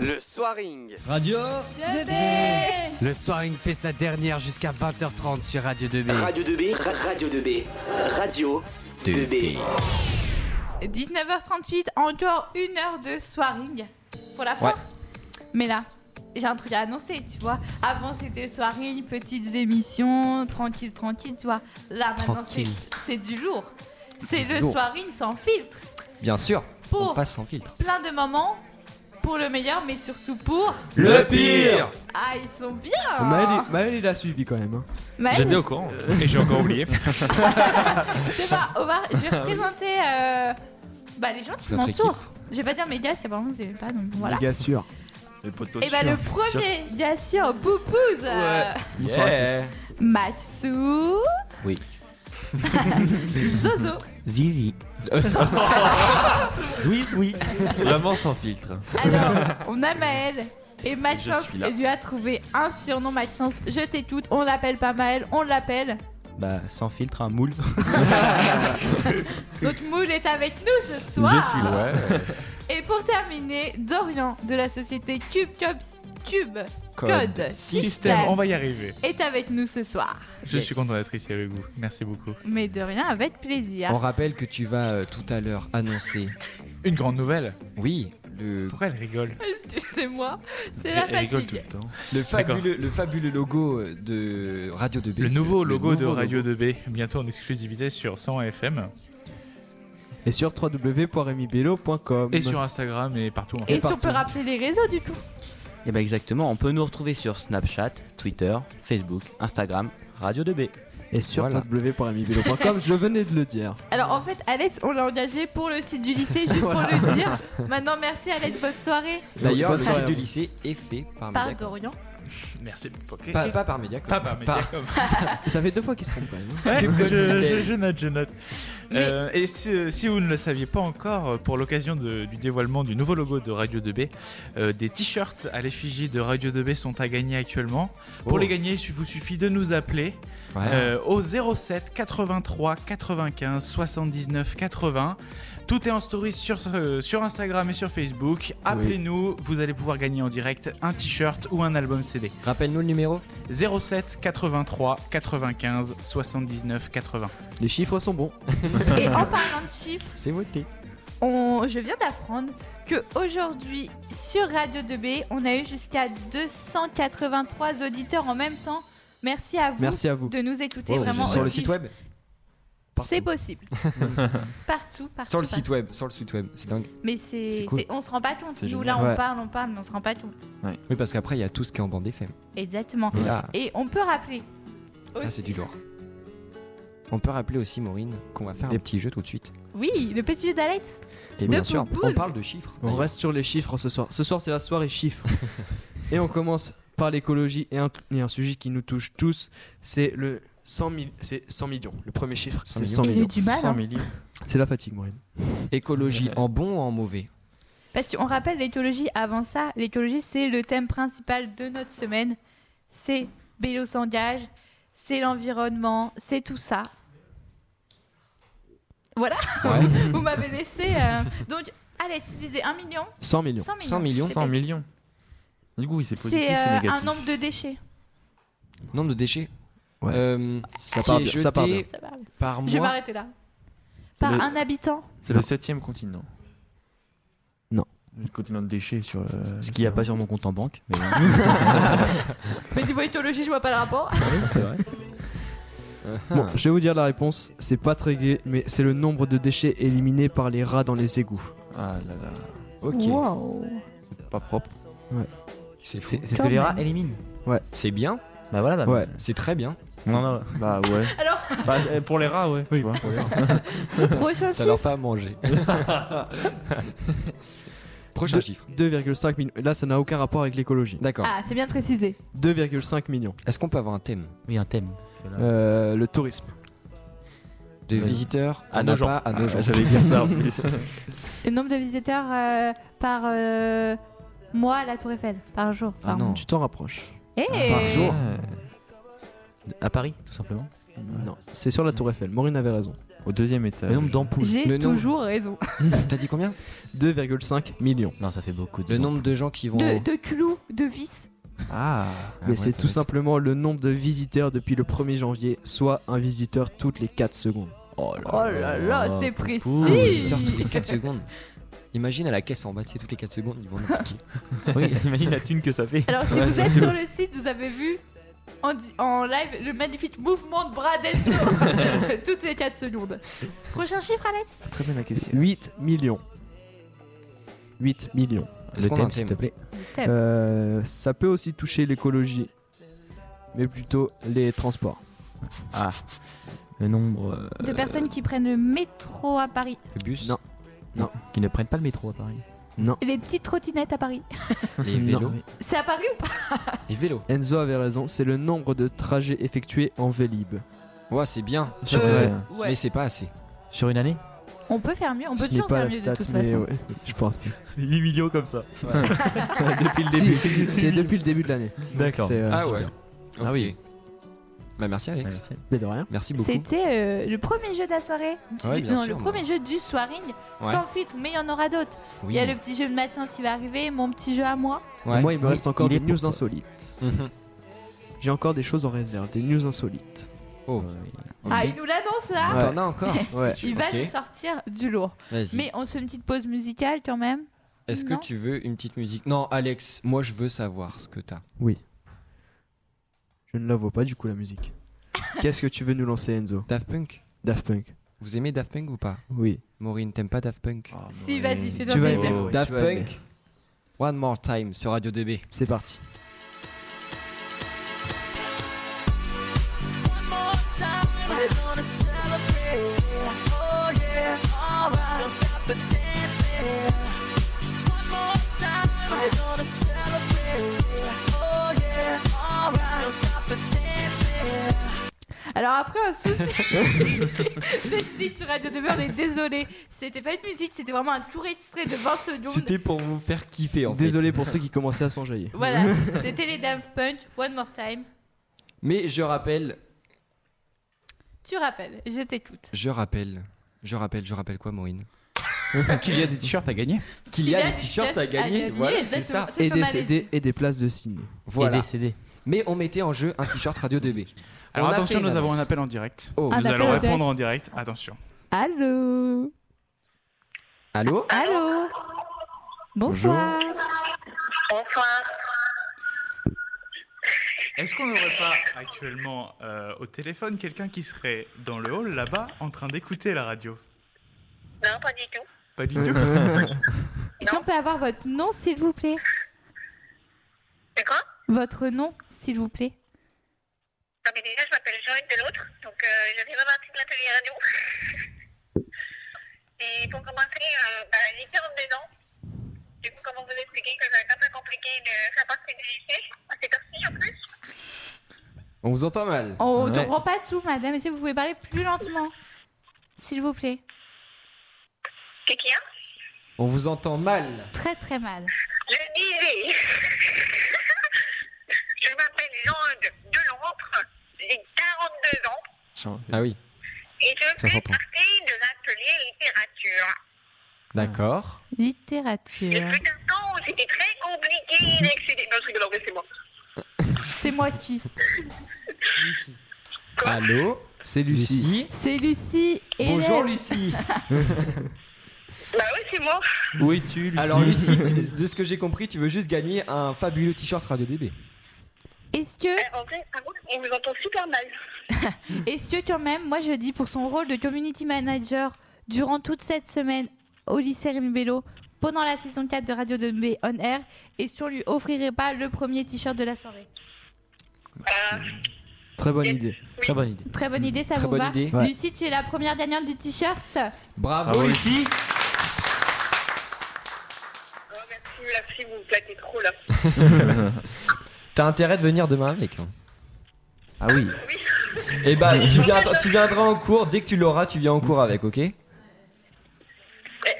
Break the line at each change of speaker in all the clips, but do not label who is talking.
Le soiring.
Radio
De B
Le Soiring fait sa dernière jusqu'à 20h30 sur Radio 2B.
Radio 2B, ra- Radio 2B, Radio 2B.
19h38, encore une heure de soiring pour la fin.
Ouais.
Mais là, j'ai un truc à annoncer, tu vois. Avant, c'était le soiring, petites émissions, tranquille, tranquille, tu vois. Là, maintenant, c'est
Tranquille.
c'est du lourd. C'est le
Lourd.
soiring sans filtre.
Bien sûr,
Pour
on passe sans filtre.
plein de moments, pour le meilleur, mais surtout pour.
Le pire
Ah, ils sont bien
Maël, Maël, il a suivi quand même. hein.
Maël,
J'étais au courant. Et j'ai encore oublié.
c'est pas, on va- je vais représenter euh, bah, les gens qui
Notre
m'entourent. Je vais pas dire mes gars, c'est vraiment, vous aimez pas, donc voilà.
Bien sûr.
Et bah le premier, bien sûr, Poupouze euh,
Bonsoir à
Maxou
Oui.
Zozo
Zizi. oui, oui.
Vraiment sans filtre.
Alors, on a Maël et
Je
Maxence
suis là.
lui a trouvé un surnom Maxence, je t'écoute, on l'appelle pas Maël, on l'appelle.
Bah, sans filtre, un moule.
Notre moule est avec nous ce soir. Et pour terminer, Dorian de la société Cube Cops- Cube Code, System
On va y arriver.
est avec nous ce soir.
Je suis content d'être ici avec vous. Merci beaucoup.
Mais de rien, avec
tous. On
plaisir.
rappelle que tu vas euh, tout à l'heure annoncer.
Une grande nouvelle.
Oui, le,
Pourquoi elle rigole
Excusez-moi, c'est la fatigue.
temps.
le,
D'accord.
fabuleux, le fabuleux logo euh, de Radio 2B.
Le nouveau logo
nouveau
de Radio 2B, bientôt en exclusivité sur 100 FM
Et sur www.remibello.com.
et sur Instagram et partout. En fait.
Et si on peut rappeler les réseaux du coup
Et bah exactement, on peut nous retrouver sur Snapchat, Twitter, Facebook, Instagram, Radio 2B.
Et sur
Voilà.
www.remibello.com, je venais de le dire.
Alors en fait, Alex, on l'a engagé pour le site du lycée, juste pour le dire. Maintenant, merci Alex, bonne soirée.
D'ailleurs,
Bonne
le
soirée
site
à
du
vous.
lycée est fait par
Par
Mediacom.
Dorian.
Merci. beaucoup.
Pas, pas par Mediacom.
Pas par Mediacom.
Ça fait deux fois qu'ils hein. se trompent quand même.
Ouais,
Cube Code
je,
System.
je- je note, je note. Euh, et si, si vous ne le saviez pas encore, pour l'occasion de- du dévoilement du nouveau logo de Radio 2B, euh, des t-shirts à l'effigie de Radio 2B sont à gagner actuellement. Pour
Oh.
les gagner, il vous suffit de nous appeler
Ouais.
euh, au 07 83 95 79 80. Tout est en story sur, euh, sur Instagram et sur Facebook. Appelez-nous, vous allez pouvoir gagner en direct un t-shirt ou un album CD.
Rappelle-nous le numéro.
07 83 95 79 80.
Les chiffres sont bons.
Et en parlant de chiffres,
C'est voté.
on- je viens d'apprendre que aujourd'hui sur Radio 2B, on a eu jusqu'à 283 auditeurs en même temps. Merci à vous
Merci à vous.
de nous écouter
Oh,
vraiment
sur le
aussi.
site web.
C'est possible. partout, partout.
Sur le
partout.
site web. Sur le site web. C'est dingue.
Mais c'est,
C'est cool.
c'est- on se rend pas compte.
C'est
Nous là,
génial.
on
Ouais.
parle, on parle, mais on se rend pas compte.
Oui, parce qu'après, il y a tout ce qui est en bande FM.
Exactement.
Et là,
Et on peut rappeler.
là,
aussi-
Ah, c'est du lourd. On peut rappeler aussi, Maureen, qu'on va faire des petits jeux tout de suite.
Oui, le petit jeu d'Alex.
Et
De
bien sûr,
poupouse.
on parle de chiffres.
On reste sur les chiffres ce soir. Ce soir, c'est la soirée chiffres. et on commence par l'écologie et un, et un sujet qui nous touche tous, c'est le 100, mil- c'est 100 millions. Le premier chiffre, c'est 100
Il a eu
millions.
du mal. hein.
C'est la fatigue, Maureen.
Écologie, en bon ou en mauvais
Parce qu'on rappelle l'écologie avant ça. L'écologie, c'est le thème principal de notre semaine. C'est Bélo s'engage, c'est l'environnement, c'est tout ça. Voilà,
Hmm.
vous m'avez laissé. euh, Donc, allez, tu disais 1 million,
100 millions.
100 millions.
100 millions,
C'est
100
bête.
millions. Du coup, oui, c'est positif
C'est
ou
euh, un
négatif
nombre de déchets.
Nombre de déchets
Ouais.
Euh,
Ça
qui
part
est
bien, ça
jeté
part bien.
Ça va.
par
Je vais
mois.
m'arrêter là. Par
le-
un habitant.
C'est le septième continent.
Non.
Le continent de déchets sur. euh,
Ce qu'il n'y a pas sur mon compte en banque. Mais
Mais niveau écologie, je vois pas le rapport.
Bon, je vais vous dire la réponse. C'est pas très gai, mais c'est le nombre de déchets éliminés par les rats dans les égouts.
Ah là là.
Ok,
Wow.
Pas propre.
c'est fou.
c'est ce que les rats éliminent.
C'est bien,
Bah voilà, bah.
Ouais.
c'est très bien.
Non, non,
Bah ouais.
Alors-
Bah, c'est- pour les rats, ouais. tu vois.
Prochain
Ça
chiffre.
leur fait à manger. Prochain chiffre.
2,5 millions. Là, ça n'a aucun rapport avec l'écologie.
D'accord.
Ah, c'est bien précisé.
2,5 millions.
Est-ce qu'on peut avoir un thème
Oui, un thème.
Euh, le tourisme.
de
Vas-y.
visiteurs
À
qu'on
nos
n'a
gens.
pas
Ah,
à nos gens
J'allais dire ça en plus.
Le nombre de visiteurs euh, par euh, mois à la Tour Eiffel, par jour.
Ah
par
non.
mois.
Tu t'en rapproches.
Eh
Par jour.
À Paris, tout simplement.
Non, c'est sur la Tour Eiffel. Maureen avait raison.
Au deuxième
Le
étage.
nombre d'ampoules.
J'ai
Le nombre-
toujours raison.
T'as dit combien
2,5 millions.
Non, ça fait beaucoup.
Le
disons.
nombre de gens qui vont.
De, de clous, de vis.
Ah.
Ah,
Mais
ouais,
c'est tout
peut-être.
simplement le nombre de visiteurs depuis le 1er janvier, soit un visiteur toutes les 4 secondes.
Oh
Oh là là, c'est
Ouh,
précis.
visiteurs tous les 4 secondes. Imagine à la caisse en bas, c'est toutes les 4 secondes, ils vont nous piquer.
Oui, imagine la thune que ça fait.
Alors si vous êtes sur le site, vous avez vu en, di- en live le magnifique mouvement de bras d'Enzo toutes les 4 secondes. Prochain chiffre, Alex
Très bien la question.
8 millions. 8 millions.
Est-ce qu'on a un thème
plaît.
Thème.
Euh, ça peut aussi toucher l'écologie, mais plutôt les transports.
Le nombre euh,
De personnes qui prennent le métro à Paris.
Le bus,
Non.
qui ne prennent pas le métro à Paris.
Les petites trottinettes à Paris.
les
Non.
vélos,
C'est à Paris ou pas
les vélos.
Enzo avait raison, c'est le nombre de trajets effectués en Vélib.
Ouais, c'est bien,
Ça, c'est
Euh,
vrai.
ouais.
mais c'est pas assez.
Sur une année
On peut faire mieux, on peut
Je n'ai
toujours
pas
faire
la
mieux
stat,
de toute
mais
façon.
ouais, je pense.
8 millions comme ça.
depuis le début. c'est depuis le début de l'année.
D'accord.
C'est, euh,
Ah oui. Bah merci Alex.
Mais de rien.
Merci beaucoup.
C'était euh, le premier jeu de la soirée. Du-
Ouais,
du-
bien
non,
sûr,
le
moi.
premier jeu du soiring.
Ouais.
Sans filtre, mais il y en aura d'autres. Il y a le petit jeu de Maxence qui va arriver, mon petit jeu à moi.
Ouais.
Moi, il me reste encore
il est
des
pour
news
toi.
insolites. J'ai encore des choses en réserve, des news insolites.
Oh.
Ah,
Ok.
il nous l'annonce là
Ouais.
T'en as encore
Ouais.
Il va
Ok.
nous sortir du lourd.
Vas-y.
Mais on se fait une petite pause musicale quand même.
Est-ce que
Non.
tu veux une petite musique Non, Alex, moi je veux savoir ce que t'as.
Je ne la vois pas du coup la musique. Qu'est-ce que tu veux nous lancer Enzo
Daft Punk
Daft Punk.
Vous aimez Daft Punk ou pas
Oui.
Maureen, t'aimes pas Daft Punk
Si, vas-y, fais-toi
Tu vas
plaisir.
aimer.
Daft
tu vas aimer.
Punk One More Time sur Radio DB.
C'est parti.
Alors après, un souci technique sur Radio Demeure, on est désolé. C'était pas une musique, c'était vraiment un court extrait de 20 secondes.
C'était pour vous faire kiffer en fait.
Désolé pour ceux qui commençaient à s'enjailler.
Voilà, c'était les Daft Punk, One More Time.
Mais je rappelle,
Tu rappelles, je t'écoute.
je rappelle, je rappelle, je rappelle quoi Maureen
Qu'il y a des t-shirts à gagner.
Qu'il y a des t-shirts à gagner, voilà, c'est
exactement.
ça.
C'est
Et
son
des
analyse.
CD et des places de ciné.
Voilà.
Et décédé.
Mais on mettait en jeu un t-shirt Radio DB.
Alors
On a
attention,
fait une
nous avons un
annonce.
appel en direct.
Oh,
Un
nous
appel
allons
en
répondre en direct. Attention.
Allô
allô
Allô Bonsoir
Est-ce qu'on n'aurait pas actuellement euh, au téléphone quelqu'un qui serait dans le hall là-bas en train d'écouter la radio
Non, pas du Ben, tout.
Pas du tout.
Et si on peut avoir votre nom, s'il vous plaît
C'est quoi
Votre nom, s'il vous plaît.
Non, Ah, mais déjà, je m'appelle Joël de l'autre, donc euh, je viens de partir de l'atelier radio. Et pour commencer, euh, bah, j'ai 42 ans. Du coup, comment vous expliquer que c'est un peu compliqué de faire partie du lycée à cette heure-ci en plus
On vous entend mal.
Oh, On ne comprend pas tout, madame. Est-ce que vous pouvez parler plus lentement S'il vous plaît.
C'est qui, hein
On vous entend mal.
Très très mal.
Je disais, je m'appelle Joël de l'autre, j'ai 42 ans
Ah oui,
et je
Ça
fais
s'entend.
partie de l'atelier littérature.
d'accord.
Littérature.
Depuis un temps, c'était très compliqué d'accéder. Non, je rigole, mais c'est moi.
C'est moi qui
Allô
C'est Lucie.
C'est Lucie. élève-
Bonjour Lucie.
Bah oui, c'est moi.
Où es-tu, Lucie
Alors Lucie, tu- de ce que j'ai compris, tu veux juste gagner un fabuleux t-shirt Radio DB.
Est-ce que,
Eh, En vrai, par contre, on vous entend super mal.
est-ce que quand même, moi je dis pour son rôle de community manager durant toute cette semaine au lycée Rémi Bello, pendant la saison 4 de Radio 2B On Air, est-ce qu'on lui offrirait pas le premier t-shirt de la soirée
Euh,
Très bonne idée.
Très bonne idée.
Très bonne idée, ça
Très
vous
bonne
va
idée.
Ouais.
Lucie, tu es la première gagnante du t-shirt.
Bravo
Ah ouais.
Lucie.
oh, merci, merci, vous me plaquez trop là.
T'as intérêt de venir demain avec. hein.
Ah oui.
Eh bah, tu viendras, tu viendras en cours. Dès que tu l'auras, tu viens en cours avec, ok
Eh,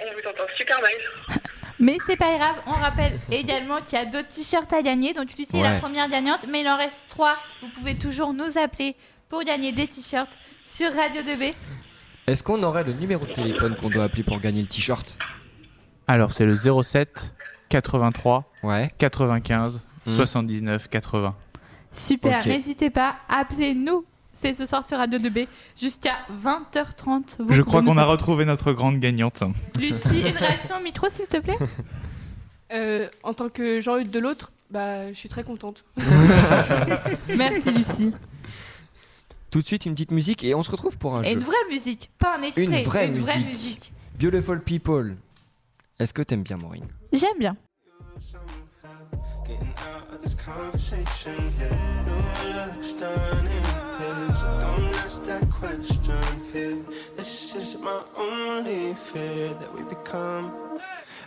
on vous entend super mal.
Mais c'est pas grave, on rappelle également qu'il y a d'autres t-shirts à gagner. Donc Lucie est la
Ouais.
première gagnante, mais il en reste trois. Vous pouvez toujours nous appeler pour gagner des t-shirts sur Radio 2B.
Est-ce qu'on aurait le numéro de téléphone qu'on doit appeler pour gagner le t-shirt
Alors, c'est le 07 83
Ouais.
95
Hmm.
79 80.
Super,
Ok.
n'hésitez pas, appelez-nous. C'est ce soir sur Radio 2B jusqu'à 20h30. Vous
Je
pouvez
crois
nous
qu'on a
appeler.
retrouvé notre grande gagnante.
Lucie, une réaction au micro s'il te plaît
Euh, en tant que Jean-Luc de l'autre, bah, je suis très contente.
Merci Lucie.
Tout de suite, une petite musique et on se retrouve pour un
Et
jeu.
une vraie musique, pas un extrait,
Une vraie musique.
musique.
Beautiful People. Est-ce que t'aimes bien, Maureen
J'aime bien.
Getting out of this conversation here. New looks done in this. Don't ask that question here. This is my only fear that we become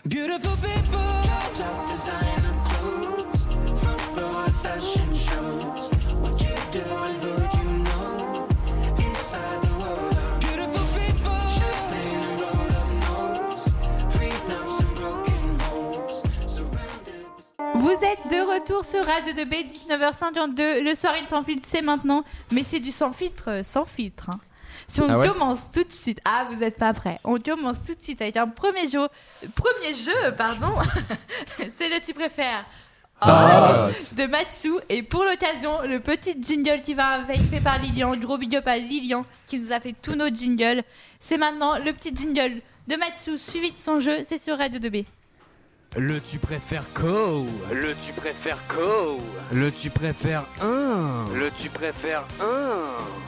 beautiful people. Top designer clothes, front row at fashion shows. What you do and who you know inside the world. of Beautiful people. Champagne and rolled up nose, prenups and broken homes. Surrounded.
Vous êtes de retour sur Radio 2B, 19h52. Le soir, il sans filtre, c'est maintenant. Mais c'est du sans filtre, euh, sans filtre. hein. Si on
Ah ouais
commence tout de suite. Ah, vous n'êtes pas prêts. On commence tout de suite avec un premier jeu. Premier jeu, pardon. c'est le tu préfères.
Ah.
Hot de Matsu et pour l'occasion le petit jingle qui va avec fait par Lilian gros big up à Lilian qui nous a fait tous nos jingles c'est maintenant le petit jingle de Matsu suivi de son jeu c'est sur Radio 2B
Le tu préfères co.
Le tu préfères co.
Le tu préfères un.
Le tu préfères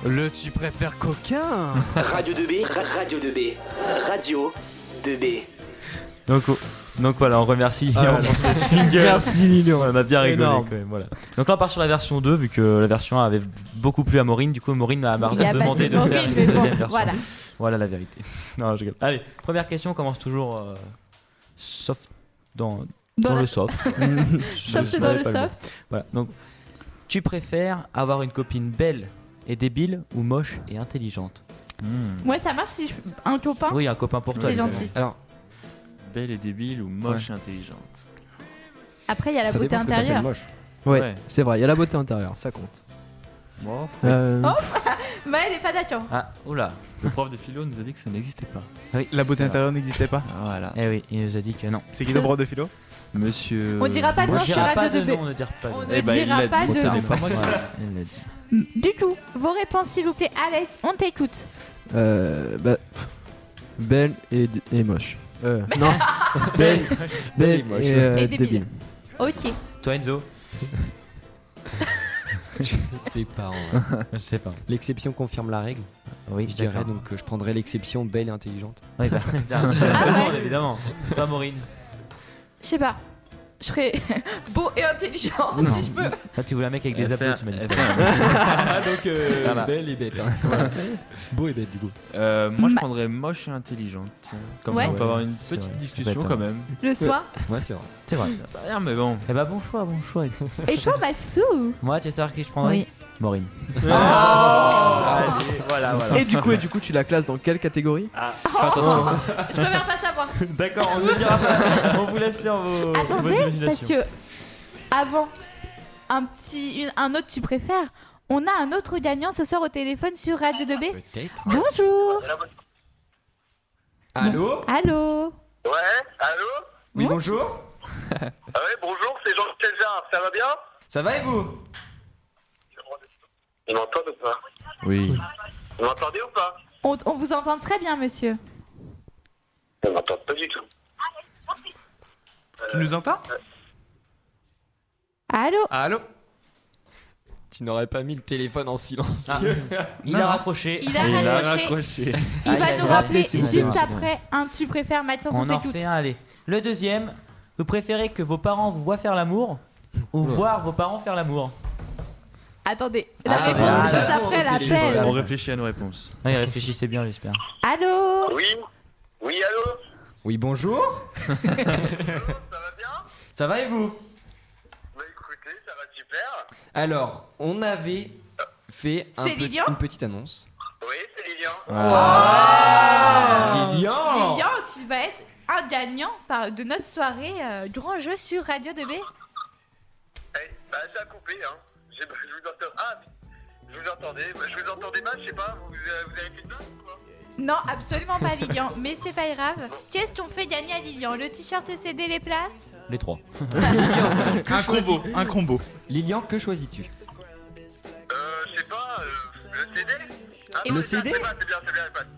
1.
Le tu préfères coquin.
Radio 2B, ra- Radio 2B, Radio 2B.
Donc, oh, donc voilà, on remercie
Ah, là,
Lilian pour cette jingle.
Merci, Lilian.
On a bien rigolé
Énorme.
quand même. Voilà. Donc là, on part sur la version 2, vu que la version 1 avait beaucoup plu à Maureen. Du coup, Maureen m'a m'a
Il y a pas
demandé
de
de faire
Maureen,
une
mais bon,
deuxième version.
voilà.
Voilà la vérité. Non, je rigole. Allez, première question, on commence toujours euh, soft dans,
Dans
dans
la-
le soft. Je-
Sauf
je
que dans
n'avais
le
pas mot.
soft
Voilà, donc tu préfères avoir une copine belle et débile ou moche et intelligente
Hmm.
Ouais, ça marche si je... un copain.
Oui, un copain pour toi.
C'est
évidemment.
gentil.
Alors,
Belle et débile ou moche et intelligente
Après, il y a la
ça
beauté
dépend ce que t'appelles
intérieure.
moche.
Ouais,
Ouais.
c'est vrai, il y a la beauté intérieure, ça compte.
Bon,
Euh,
Bah, elle est pas d'accord.
Ah, oula.
le prof de philo nous a dit que ça n'existait pas.
Ah oui,
La beauté
c'est vrai.
intérieure n'existait pas.
Ah, voilà.
Eh oui, il nous a dit que non.
C'est qui le
Ce-
prof de philo
Euh,
Monsieur.
On dira pas de
On
non sur
dira pas
Radio
de Eh ben,
2B.
nom, on ne dira pas de
On
nom.
ne dira pas de nom.
pas moi qui-
Il l'a dit.
Du coup, vos réponses, s'il vous plaît. Alex, on t'écoute.
euh, bah, pff, belle et, d- et moche. Euh, non, belle, belle et,
moche.
euh,
Et débile.
débile.
Ok.
Toi, Enzo
Je sais pas. en vrai.
Je sais pas.
L'exception confirme la règle.
Oui,
Je dirais donc que je prendrais l'exception belle et intelligente.
Oui, bah, tiens, tout
Ah
le monde,
ouais.
évidemment. Toi, Maureen.
Je sais pas. Je serais beau et intelligent si je peux.
Toi, tu voulais un mec avec des
Elle fait
abdos,
un-
tu m'as dit.
elle fait un-
donc
Ah bah.
Euh, belle et bête. hein. Beau et bête du coup.
Euh, Moi, je
Ma-
prendrais moche et intelligente. Comme
Ouais.
ça, on peut avoir une
C'est
petite
vrai.
discussion
Bête, hein.
quand même.
Le soir.
Ouais, c'est vrai.
C'est vrai.
Pas rien, mais bon.
Eh bah, bon choix, bon choix.
Et toi, Matsu
Moi, tu sais savoir qui je prendrais Maureen. Allez, voilà, voilà.
Et du coup, et du coup, tu la classes dans quelle catégorie
Je préfère pas savoir.
D'accord, on ne dira pas. On vous laisse faire vos, vos
Attendez, parce
imaginations.
que avant un petit, une- un autre, tu préfères. On a un autre gagnant ce soir au téléphone sur Radio
Ah,
2B.
Peut-être.
Bonjour.
Allô
Allô.
Ouais, allô
Oui, bonjour.
Ah ouais, bonjour, c'est Jean-Michel Jarre, ça va bien
Ça va et vous
Vous m'entendez ou pas
Oui.
Vous m'entendez ou pas
On- on vous entend très bien, monsieur.
On m'entend pas du tout.
Tu nous entends
Allô
Allô
Tu n'aurais pas mis le téléphone en silence.
Il a raccroché.
Il a raccroché. Ah, Il
Aïe,
va
aïe,
nous
aïe.
rappeler
s'il vous
juste
plaît.
après un tu préfères Mathias, on
On en
t'écoute.
fait un, allez. Le deuxième, vous préférez que vos parents vous voient faire l'amour ou voir vos parents faire l'amour
Attendez, la
Ah,
réponse
ah,
est juste après
On
l'appel.
réfléchit à nos réponses.
Oui, réfléchissez Ah, bien, j'espère.
Allô
Oui Oui, allô
Oui, bonjour.
Ça va bien
Ça va et vous
Bah écoutez, ça va super.
Alors, on avait fait un
C'est
petit-
Lilian
une petite annonce.
Oui, c'est Lilian.
Lilian
Oh.
Lilian, tu vas être un gagnant par- de notre soirée euh, grand jeu sur Radio 2B.
Bah, ça a coupé, hein. J'ai- Je vous entends. Ah, je vous entendais. Bah, Je vous entendais mal, je sais pas. Vous, euh, vous avez fait de mal
Non, absolument pas Lilian, mais c'est pas grave. Qu'est-ce qu'on fait gagner à Lilian Le t-shirt CD, les places
Les trois.
un combo, un combo.
Lilian, que choisis-tu
Ah,
Et
Le
on-
CD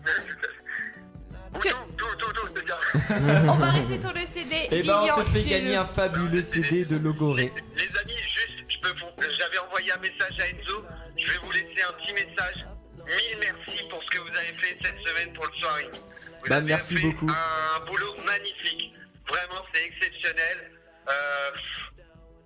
On va rester sur le CD.
Et ben
Lilian,
on te fait
tu es
gagner
le-
un fabuleux CD de Logoré.
J'avais envoyé un message à Enzo. Je vais vous laisser un petit message. Mille merci pour ce que vous avez fait cette semaine pour le soirée. Vous
Bah
avez
merci
fait
beaucoup.
Un boulot magnifique. Vraiment, c'est exceptionnel. Euh, pff,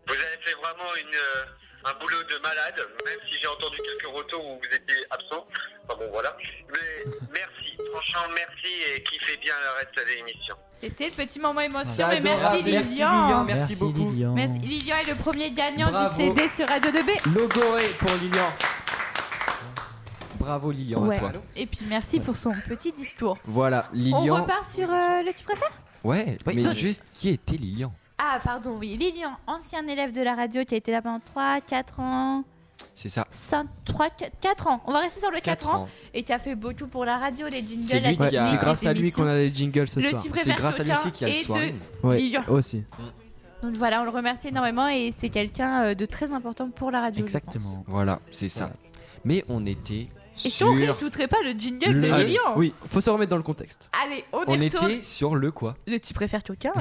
vous avez fait vraiment une, euh, un boulot de malade, même si j'ai entendu quelques retours où vous étiez absent. Enfin bon, voilà. Mais merci, franchement, merci et kiffez bien le reste de l'émission.
C'était le petit moment émotion, mais
C'est
merci
adorable.
Lilian.
Merci Lilian, merci Merci beaucoup. Lilian.
Merci. Lilian est le premier gagnant
Bravo.
du CD sur Radio 2B.
Logoré pour Lilian. Bravo Lilian
Ouais.
à toi.
Et puis merci pour son petit discours.
Voilà,
On
Lilian.
repart sur euh, le tu préfères
Ouais, mais
Donc-
juste qui était Lilian
Ah, pardon, oui. Lilian, ancien élève de la radio qui a été là pendant 3, 4 ans.
C'est ça.
5, 3, 4, ans. On va rester sur le 4,
Quatre
ans.
ans.
Et qui a fait beaucoup pour la radio, les jingles,
C'est
la
lui qui a-
technique,
c'est grâce
les
à lui
émissions.
qu'on a les jingles ce
Le
soir.
tu préfères
C'est grâce à lui
coquin
aussi qu'il y a le
et de
soiring.
Lilian.
aussi.
Donc voilà, on le remercie énormément et c'est quelqu'un euh, de très important pour la radio. je pense.
Voilà, c'est ça. Mais on était
Et si on ne
sur.
réécouterait pas le jingle de Lilian
Ah, Oui, faut se remettre dans le contexte.
Allez, on,
On
y retourne.
était sur le quoi
Le tu préfères quelqu'un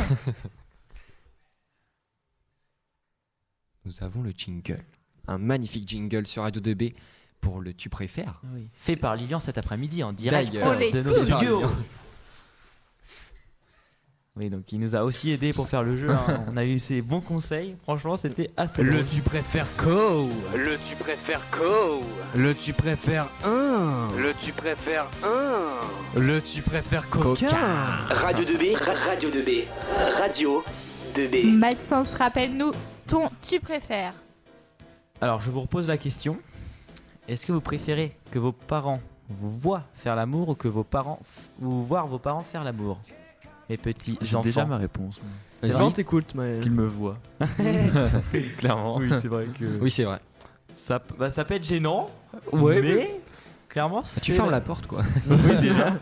Nous avons le jingle. Un magnifique jingle sur Radio 2B pour le tu préfères.
Ah Fait par Lilian cet après-midi en direct
D'ailleurs. On
de nos
l'écoute.
studios. Oui, donc il nous a aussi aidé pour faire le jeu. hein. On a eu ses bons conseils. Franchement, c'était assez.
Le tu préfères co.
Le tu préfères co.
Le tu préfères un.
Le tu préfères un.
Le tu préfères coquin.
Radio 2B, ra- Radio 2B, Radio 2B.
Maxence, rappelle-nous ton tu préfères.
Alors, je vous repose la question. Est-ce que vous préférez que vos parents vous voient faire l'amour ou que vos parents f- ou voir vos parents faire l'amour Mes petits
J'ai
enfants.
déjà ma réponse. moi.
C'est
Vas-y.
vrai
t'écoutes, mais...
Qu'il me voit. Clairement.
Oui, c'est vrai que.
Oui, c'est vrai.
Ça, p- bah, ça peut être gênant.
Ouais,
mais.
mais-
Clairement,
Ah, tu
c'est-
fermes la porte, quoi.
Oui, déjà.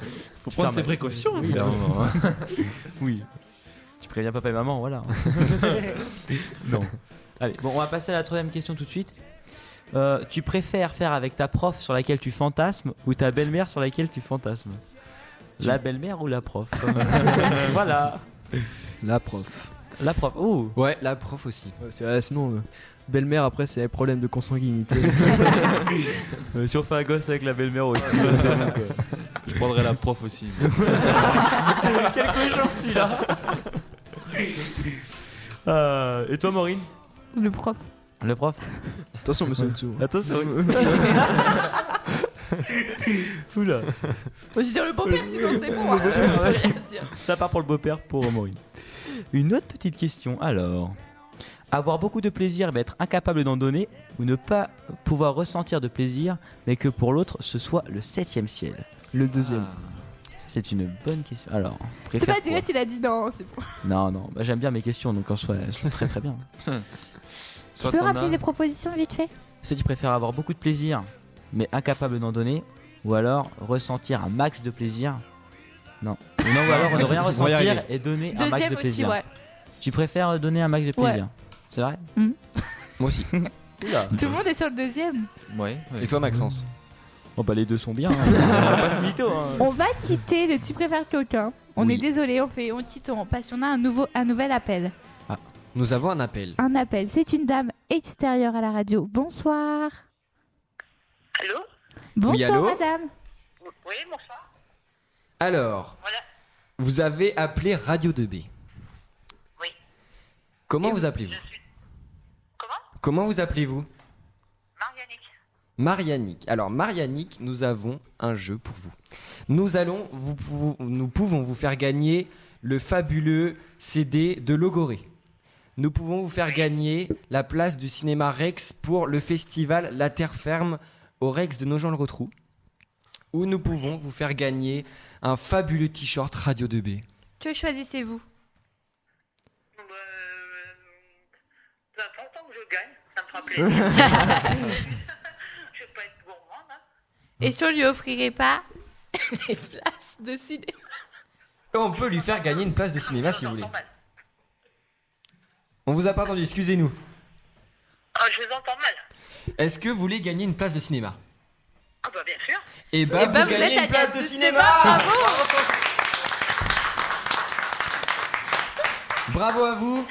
Faut prendre ses précautions,
Oui,
hein, clairement.
oui. Tu préviens papa et maman, voilà. non. Allez, bon, on va passer à la troisième question tout de suite. Euh, tu préfères faire avec ta prof sur laquelle tu fantasmes ou ta belle-mère sur laquelle tu fantasmes La belle-mère ou la prof Voilà.
La prof.
La prof, oh
Ouais, la prof aussi.
sinon, euh, belle-mère, après, c'est problème de consanguinité.
Euh, si on fait un gosse avec la belle-mère aussi, ça, c'est bon, quoi.
Je prendrais la prof aussi.
Quelques jours celui-là. Euh, et toi, Maureen
Le prof.
Le prof
Attention, monsieur Nsou.
Attention. Oula.
Faut se dire le beau-père, sinon c'est bon. hein.
beau-père.
Je peux rien dire.
Ça part pour le beau-père, pour Maureen. Une autre petite question, alors. Avoir beaucoup de plaisir mais être incapable d'en donner ou ne pas pouvoir ressentir de plaisir mais que pour l'autre ce soit le septième ciel
Le deuxième.
Ça, C'est une bonne question. Alors,
C'est
préfère
pas direct, il a dit non, c'est bon.
Non, non, bah, j'aime bien mes questions donc en soi elles sont très très bien.
Tu peux rappeler les propositions vite fait
Ceux qui préfèrent avoir beaucoup de plaisir mais incapable d'en donner ou alors ressentir un max de plaisir. Non. Ou Non, ou alors ne rien
On va y arriver.
ressentir et donner un max
Deuxième
de
aussi,
plaisir.
ouais.
Tu préfères donner un max de plaisir
Ouais.
C'est vrai
Mhm.
Moi aussi.
Tout le monde est sur le deuxième.
Ouais,
Et toi, Maxence
Oh bah les deux sont bien. hein. On va pas se mytho. hein.
On va quitter le tu préfères quelqu'un. On est désolé, on fait, on quitte, on passe, on a un nouveau, un nouvel appel.
Nous avons un appel.
Un appel, c'est une dame extérieure à la radio. Bonsoir. Allô
Oui,
Bonsoir
allô
madame.
Alors, vous avez appelé Radio 2B. Oui. Comment vous appelez-vous Comment Comment vous appelez-vous Marianique. Alors, Marianique, nous avons un jeu pour vous. Nous allons, vous, pou- nous pouvons vous faire gagner le fabuleux CD de Logoré. Nous pouvons vous faire gagner la place du cinéma Rex pour le festival La Terre Ferme au Rex de Nogent-le-Rotrou. Où nous pouvons vous faire gagner un fabuleux t-shirt Radio 2B.
Que choisissez-vous
bah, euh, Je vais pas être gourmande. hein.
Et si on lui offrirait pas des places de cinéma
On peut lui faire gagner une place de cinéma si vous voulez. On vous a pas entendu, excusez-nous.
Ah, je vous entends mal.
Est-ce que vous voulez gagner une place de cinéma
Ah, bah, bien sûr.
Eh bah,
Eh
vous
bah, vous
gagnez
êtes
une
à
place
Gaz
de
de
cinéma
cinéma, bravo
Bravo à vous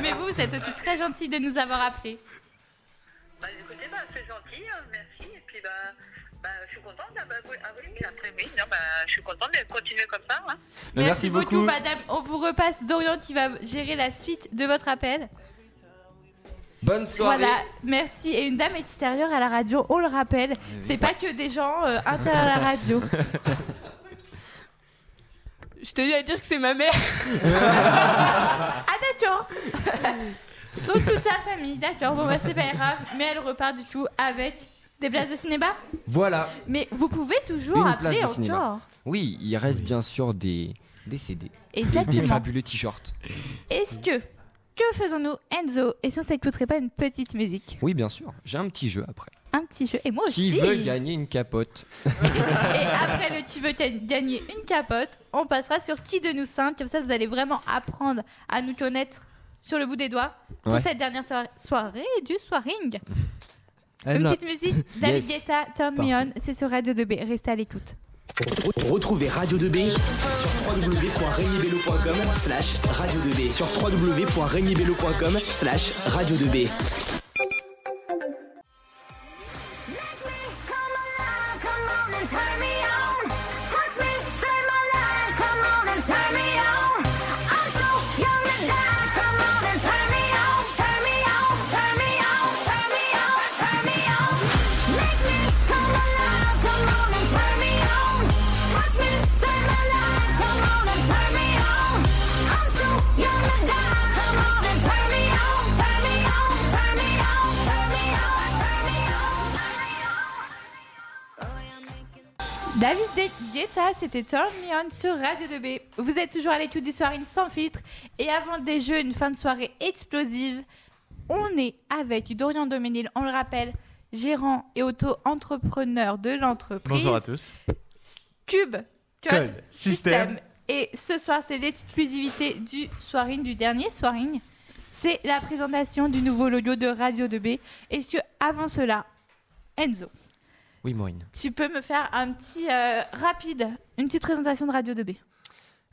Mais vous, vous êtes aussi très gentil de nous avoir appelés.
Bah, écoutez, bah, c'est gentil, hein, merci. Et puis, bah, bah, je suis contente. Ah, bah, oui, ah oui, après, oui, non, bah, je suis contente de continuer comme ça. hein.
Merci beaucoup.
madame. On vous repasse Dorian qui va gérer la suite de votre appel.
Bonne soirée.
Voilà, merci. Et une dame extérieure à la radio, on le rappelle, c'est pas que des gens euh, intérieurs à la radio.
Je tenais à dire que c'est ma mère.
Ah d'accord Donc toute sa famille, d'accord, bon bah c'est pas grave, mais elle repart du coup avec des places de cinéma.
Voilà.
Mais vous pouvez toujours
Une place
appeler
de
encore.
cinéma. Oui, il reste bien sûr des, des CD.
Exactement.
Des fabuleux t-shirts.
Est-ce que, que faisons-nous Enzo Et si on s'écouterait pas une petite musique
Oui, bien sûr. J'ai un petit jeu après.
Un petit jeu, et moi aussi
Qui veut gagner une capote
Et après le tu veux ga- gagner une capote, on passera sur qui de nous cinq. Comme ça, vous allez vraiment apprendre à nous connaître sur le bout des doigts pour
Ouais.
cette dernière soir- soirée du soiring.
Elle
Une
l'a.
petite musique, David
Yes.
Guetta, Turn Me
Parfait.
On, c'est sur Radio 2B. Restez à l'écoute.
Retrouvez Radio 2B sur www.regnibello.com slash radio 2B sur www.regnibello.com slash radio 2B.
David Gue- Guetta, c'était Turn Me On sur Radio 2B. Vous êtes toujours à l'écoute du Soirine sans filtre. Et avant des jeux, une fin de soirée explosive. On est avec Dorian Doménil, on le rappelle, gérant et auto-entrepreneur de l'entreprise.
Bonjour à tous.
Cube,
Code, système.
Et ce soir, c'est l'exclusivité du soiring, du dernier soiring. C'est la présentation du nouveau logo de Radio 2B. Et que avant cela, Enzo,
Oui, Maureen.
tu peux me faire un petit euh, rapide, une petite présentation de Radio 2B.
Euh,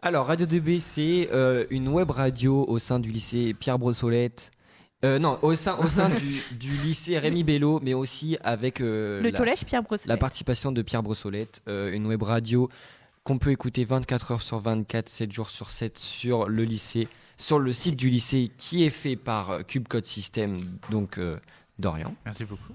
Alors, Radio 2B, c'est euh, une web radio au sein du lycée Pierre Brossolette. Euh, non, au sein, au sein du, du lycée Rémi Bello, mais aussi avec euh,
Le collège Pierre Brossolette.
La participation de Pierre Brossolette, euh, une web radio qu'on peut écouter 24 heures sur 24, 7 jours sur 7 sur le lycée, sur le site du lycée qui est fait par euh, Cube Code System, donc euh, d'Orient.
Merci beaucoup.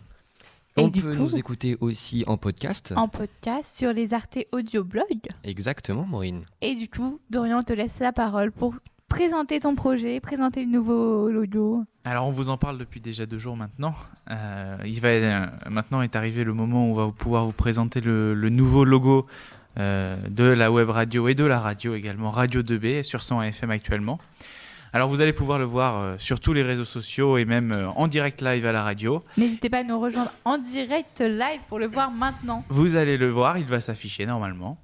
Et
On
du
peut
coup- Ah.
nous écouter aussi en podcast.
En podcast sur les Arte Audio Blog.
Exactement, Maureen.
Et du coup, Dorian te laisse la parole pour présenter ton projet, présenter le nouveau logo.
Alors, on vous en parle depuis déjà deux jours maintenant. Euh, il va euh, maintenant est arrivé le moment où on va pouvoir vous présenter le, le nouveau logo euh, de la web radio et de la radio également, Radio 2B sur 100 FM actuellement. Alors, vous allez pouvoir le voir euh, sur tous les réseaux sociaux et même euh, en direct live à la radio.
N'hésitez pas à nous rejoindre en direct live pour le voir maintenant.
Vous allez le voir, il va s'afficher normalement.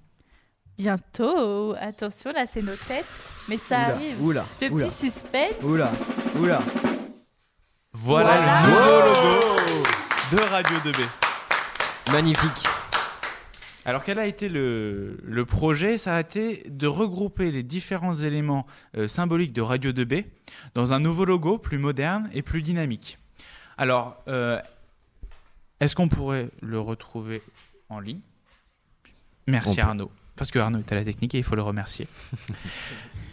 Bientôt. Attention, là, c'est nos têtes. Mais ça
Oula,
arrive.
oula,
le
oula.
petit suspense.
Oula, oula. Voilà,
Voilà.
le nouveau logo de Radio 2B.
Magnifique.
Alors quel a été le, le projet Ça a été de regrouper les différents éléments euh, symboliques de Radio 2B dans un nouveau logo plus moderne et plus dynamique. Alors, euh, est-ce qu'on pourrait le retrouver en ligne Merci
On peut.
Arnaud. Parce que Arnaud est à la technique et il faut le remercier.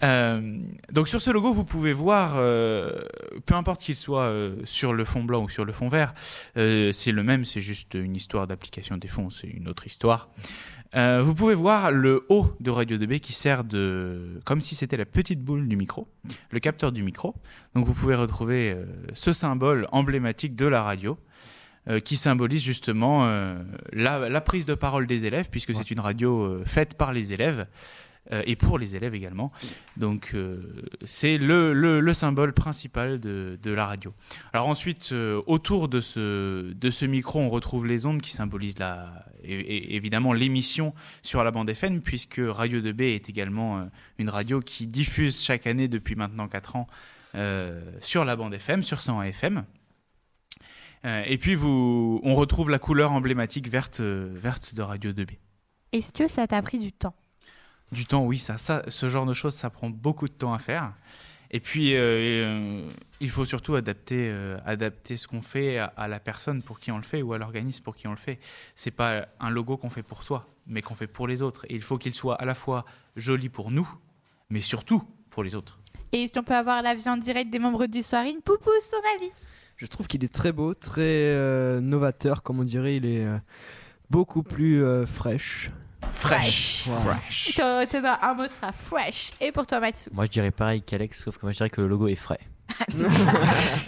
Euh, donc sur ce logo, vous pouvez voir, euh, peu importe qu'il soit euh, sur le fond blanc ou sur le fond vert, euh, c'est le même, c'est juste une histoire d'application des fonds, c'est une autre histoire. Euh, vous pouvez voir le haut de Radio 2B qui sert de, comme si c'était la petite boule du micro, le capteur du micro. Donc vous pouvez retrouver euh, ce symbole emblématique de la radio. euh, qui symbolise justement euh, la, la prise de parole des élèves, puisque c'est une radio euh, faite par les élèves. euh, et pour les élèves également. Donc euh, c'est le, le- le symbole principal de, de la radio. Alors ensuite, euh, autour de ce, de ce micro, on retrouve les ondes qui symbolisent la, é- é- évidemment l'émission sur la bande FM, puisque Radio 2B est également euh, une radio qui diffuse chaque année depuis maintenant 4 ans euh, sur la bande FM, sur 100 FM. Euh, et puis vous, on retrouve la couleur emblématique verte, euh, verte de Radio 2B.
Est-ce que ça t'a pris du temps
Du temps, oui, ça, ça, ce genre de choses, ça prend beaucoup de temps à faire. Et puis, euh, euh, il faut surtout adapter, euh, adapter ce qu'on fait à, à la personne pour qui on le fait ou à l'organisme pour qui on le fait. C'est pas un logo qu'on fait pour soi, mais qu'on fait pour les autres. Et il faut qu'il soit à la fois joli pour nous, mais surtout pour les autres.
Et est-ce qu'on peut avoir l'avis en direct des membres du Soirine Poupousse, son avis
Je trouve qu'il est très beau, très euh, novateur, comme on dirait. Il est euh, beaucoup plus euh, fraîche.
Fraîche.
Voilà.
T'es- t'es dans un mot ce sera fresh. Et pour toi, Matsu
Moi je dirais pareil qu'Alex, sauf que moi je dirais que le logo est frais.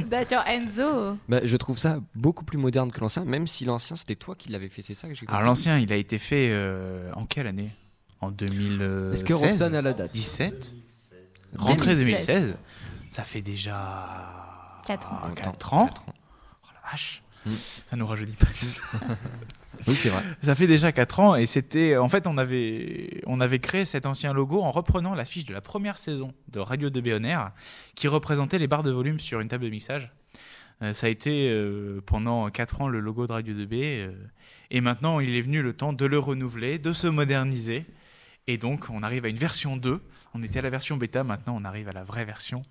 D'accord, Enzo.
Bah, je trouve ça beaucoup plus moderne que l'ancien, même si l'ancien c'était toi qui l'avais fait, c'est ça que j'ai
Alors, l'ancien, il a été fait euh, en quelle année En 2016
Est-ce que Roxane a la date
17 Rentrée
2016.
2016 Ça fait déjà
4 ans.
4 Ah, ans. Oh la vache. Ça nous rajeunit pas tout ça.
Ah, Oui, c'est vrai.
Ça fait déjà 4 ans et c'était. En fait, on avait, on avait créé cet ancien logo en reprenant l'affiche de la première saison de Radio de Béonnaire qui représentait les barres de volume sur une table de mixage. Euh, ça a été euh, pendant 4 ans le logo de Radio 2B euh, et maintenant il est venu le temps de le renouveler, de se moderniser. Et donc on arrive à une version 2. On était à la version bêta, maintenant on arrive à la vraie version,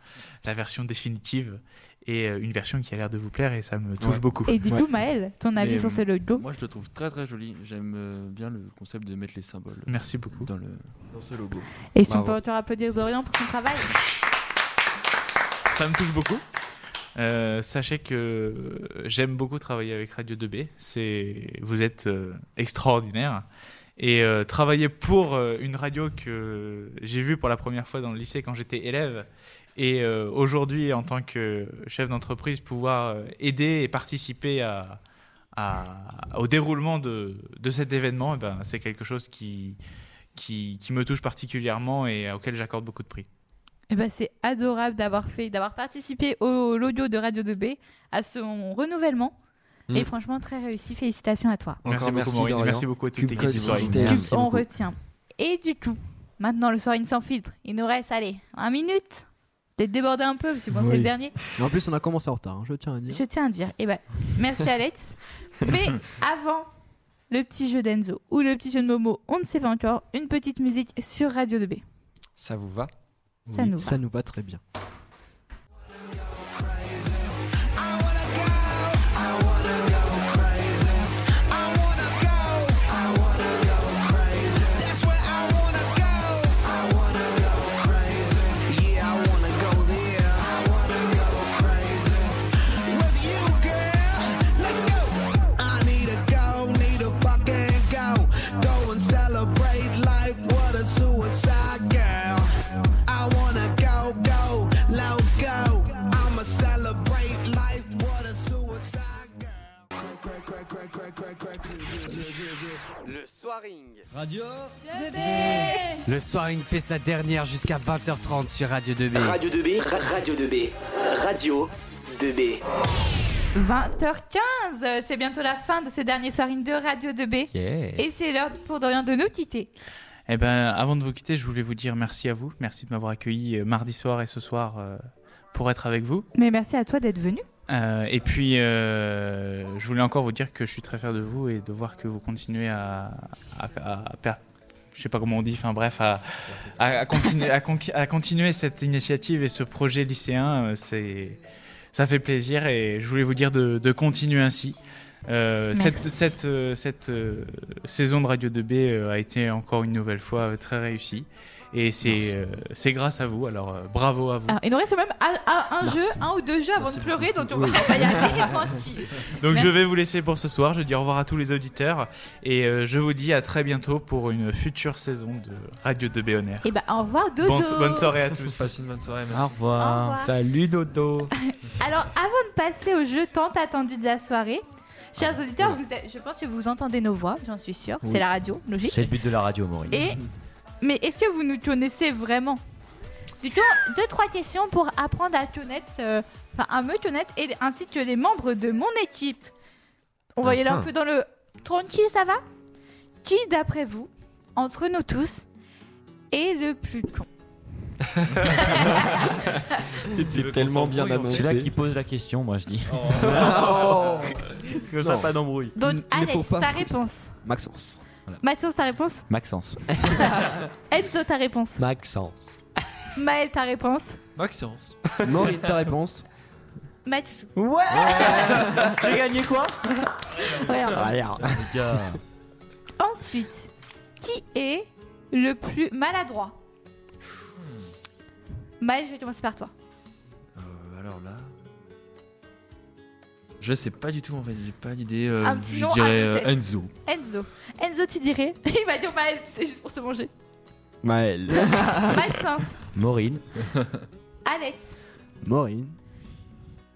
la version définitive et euh, une version qui a l'air de vous plaire et ça me touche
Ouais.
beaucoup.
Et du coup, Maël, ton avis
Mais,
sur ce
Oh.
logo
Moi, je le trouve très très joli. J'aime euh, bien le concept de mettre les symboles.
Merci
Mmh.
beaucoup.
Dans, le, dans ce logo.
Et si on peut encore applaudir Dorian pour son travail
Ça me touche beaucoup. Euh, sachez que j'aime beaucoup travailler avec Radio 2B. C'est vous êtes euh, extraordinaire et euh, travailler pour euh, une radio que j'ai vue pour la première fois dans le lycée quand j'étais élève et euh, aujourd'hui en tant que chef d'entreprise pouvoir euh, aider et participer à, à- au déroulement de, de cet événement, eh ben, c'est quelque chose qui, qui, qui me touche particulièrement et auquel j'accorde beaucoup de prix.
Eh ben, c'est adorable d'avoir fait, d'avoir participé au logo de Radio 2B, à son renouvellement.
Mm.
Et franchement, très réussi. Félicitations à toi.
Encore
Merci beaucoup,
merci,
Maureen.
Dorian.
Merci beaucoup à toute
Cube
l'équipe
Code
du Soirine.
System.
Merci
on retient. Et du coup, maintenant le soir, il sans filtre. Il nous reste, allez, un minute. Peut-être déborder un peu, parce que bon, c'est
Oui.
le dernier.
Mais en plus, on a commencé en retard, hein, je tiens à dire.
Je tiens à dire. Eh ben, merci Alex. Mais avant le petit jeu d'Enzo ou le petit jeu de Momo, on ne sait pas encore, une petite musique sur Radio 2B.
Ça vous va
Ça nous va.
ça nous va très bien.
Let's go. I need a go, need a fucking go. Go and celebrate life. What a suicide girl. I wanna go, go, loco. I'ma celebrate life. What a suicide girl.
Le soiring.
Radio
B.
Le soiring fait sa dernière jusqu'à 20h30 sur Radio 2B.
Radio 2B, ra- Radio 2B, Radio 2B.
20h15, c'est bientôt la fin de ce dernier soirine de Radio 2B.
Yes.
Et c'est l'heure pour Dorian de nous quitter.
Eh ben, avant de vous quitter, je voulais vous dire merci à vous. Merci de m'avoir accueilli euh, mardi soir et ce soir euh, pour être avec vous.
Mais merci à toi d'être venu.
Euh, et puis, euh, je voulais encore vous dire que je suis très fier de vous et de voir que vous continuez à, à, à per- je sais pas comment on dit, enfin bref, à, à, à continuer, à, conqui- à continuer cette initiative et ce projet lycéen. euh, C'est, ça fait plaisir et je voulais vous dire de, de continuer ainsi. Euh, cette
Merci.
cette, euh, cette, euh, saison de Radio 2B euh, a été encore une nouvelle fois euh, très réussie et c'est euh, c'est grâce à vous. Alors euh, bravo à vous.
Ah, il nous reste même un, un- un
Merci.
jeu, un ou deux jeux avant de pleurer, donc on va, on va y aller tranquille.
Donc
Merci.
je vais vous laisser pour ce soir. Je dis au revoir à tous les auditeurs et euh, je vous dis à très bientôt pour une future saison de Radio 2 Béonnaire.
Et bah, au revoir, Dodo.
Bonne- bonne soirée à tous.
Passez une bonne soirée.
Au
Au revoir.
revoir.
Salut Dodo.
Alors, avant de passer au jeu tant attendu de la soirée, Chers
Ah,
auditeurs, vous avez- je pense que vous entendez nos voix, j'en suis sûre. C'est la radio, logique.
C'est le but de la radio, Maureen.
Et mais est-ce que vous nous connaissez vraiment Du coup, deux trois questions pour apprendre à connaître, euh, enfin à me connaître et ainsi que les membres de mon équipe. On va y aller
Ah.
un peu dans le tranquille, ça va Qui d'après vous, entre nous tous, est le plus con
C'était
tellement bien annoncé.
C'est là qui pose la question, moi je dis.
Oh.
Comme ça,
Non.
pas d'embrouille.
Donc Alex, ta
frustrer.
réponse.
Maxence. Voilà.
Mathias, ta réponse.
Maxence.
Enzo, ta réponse.
Maxence.
Maël, ta réponse.
Maxence.
Maureen, ta réponse.
Max.
Ouais J'ai gagné quoi
Ensuite, qui est le plus maladroit
Hmm.
Maël, je vais commencer par toi.
Euh, alors là. Je sais pas du tout en fait, j'ai pas d'idée. euh,
Un petit
je
nom à
dirais
une tête.
euh, Enzo.
Enzo. Enzo, tu dirais Il oh, va dire Maël, c'est juste pour se manger.
Maël. Ah.
Maxence.
Maureen.
Alex.
Maureen.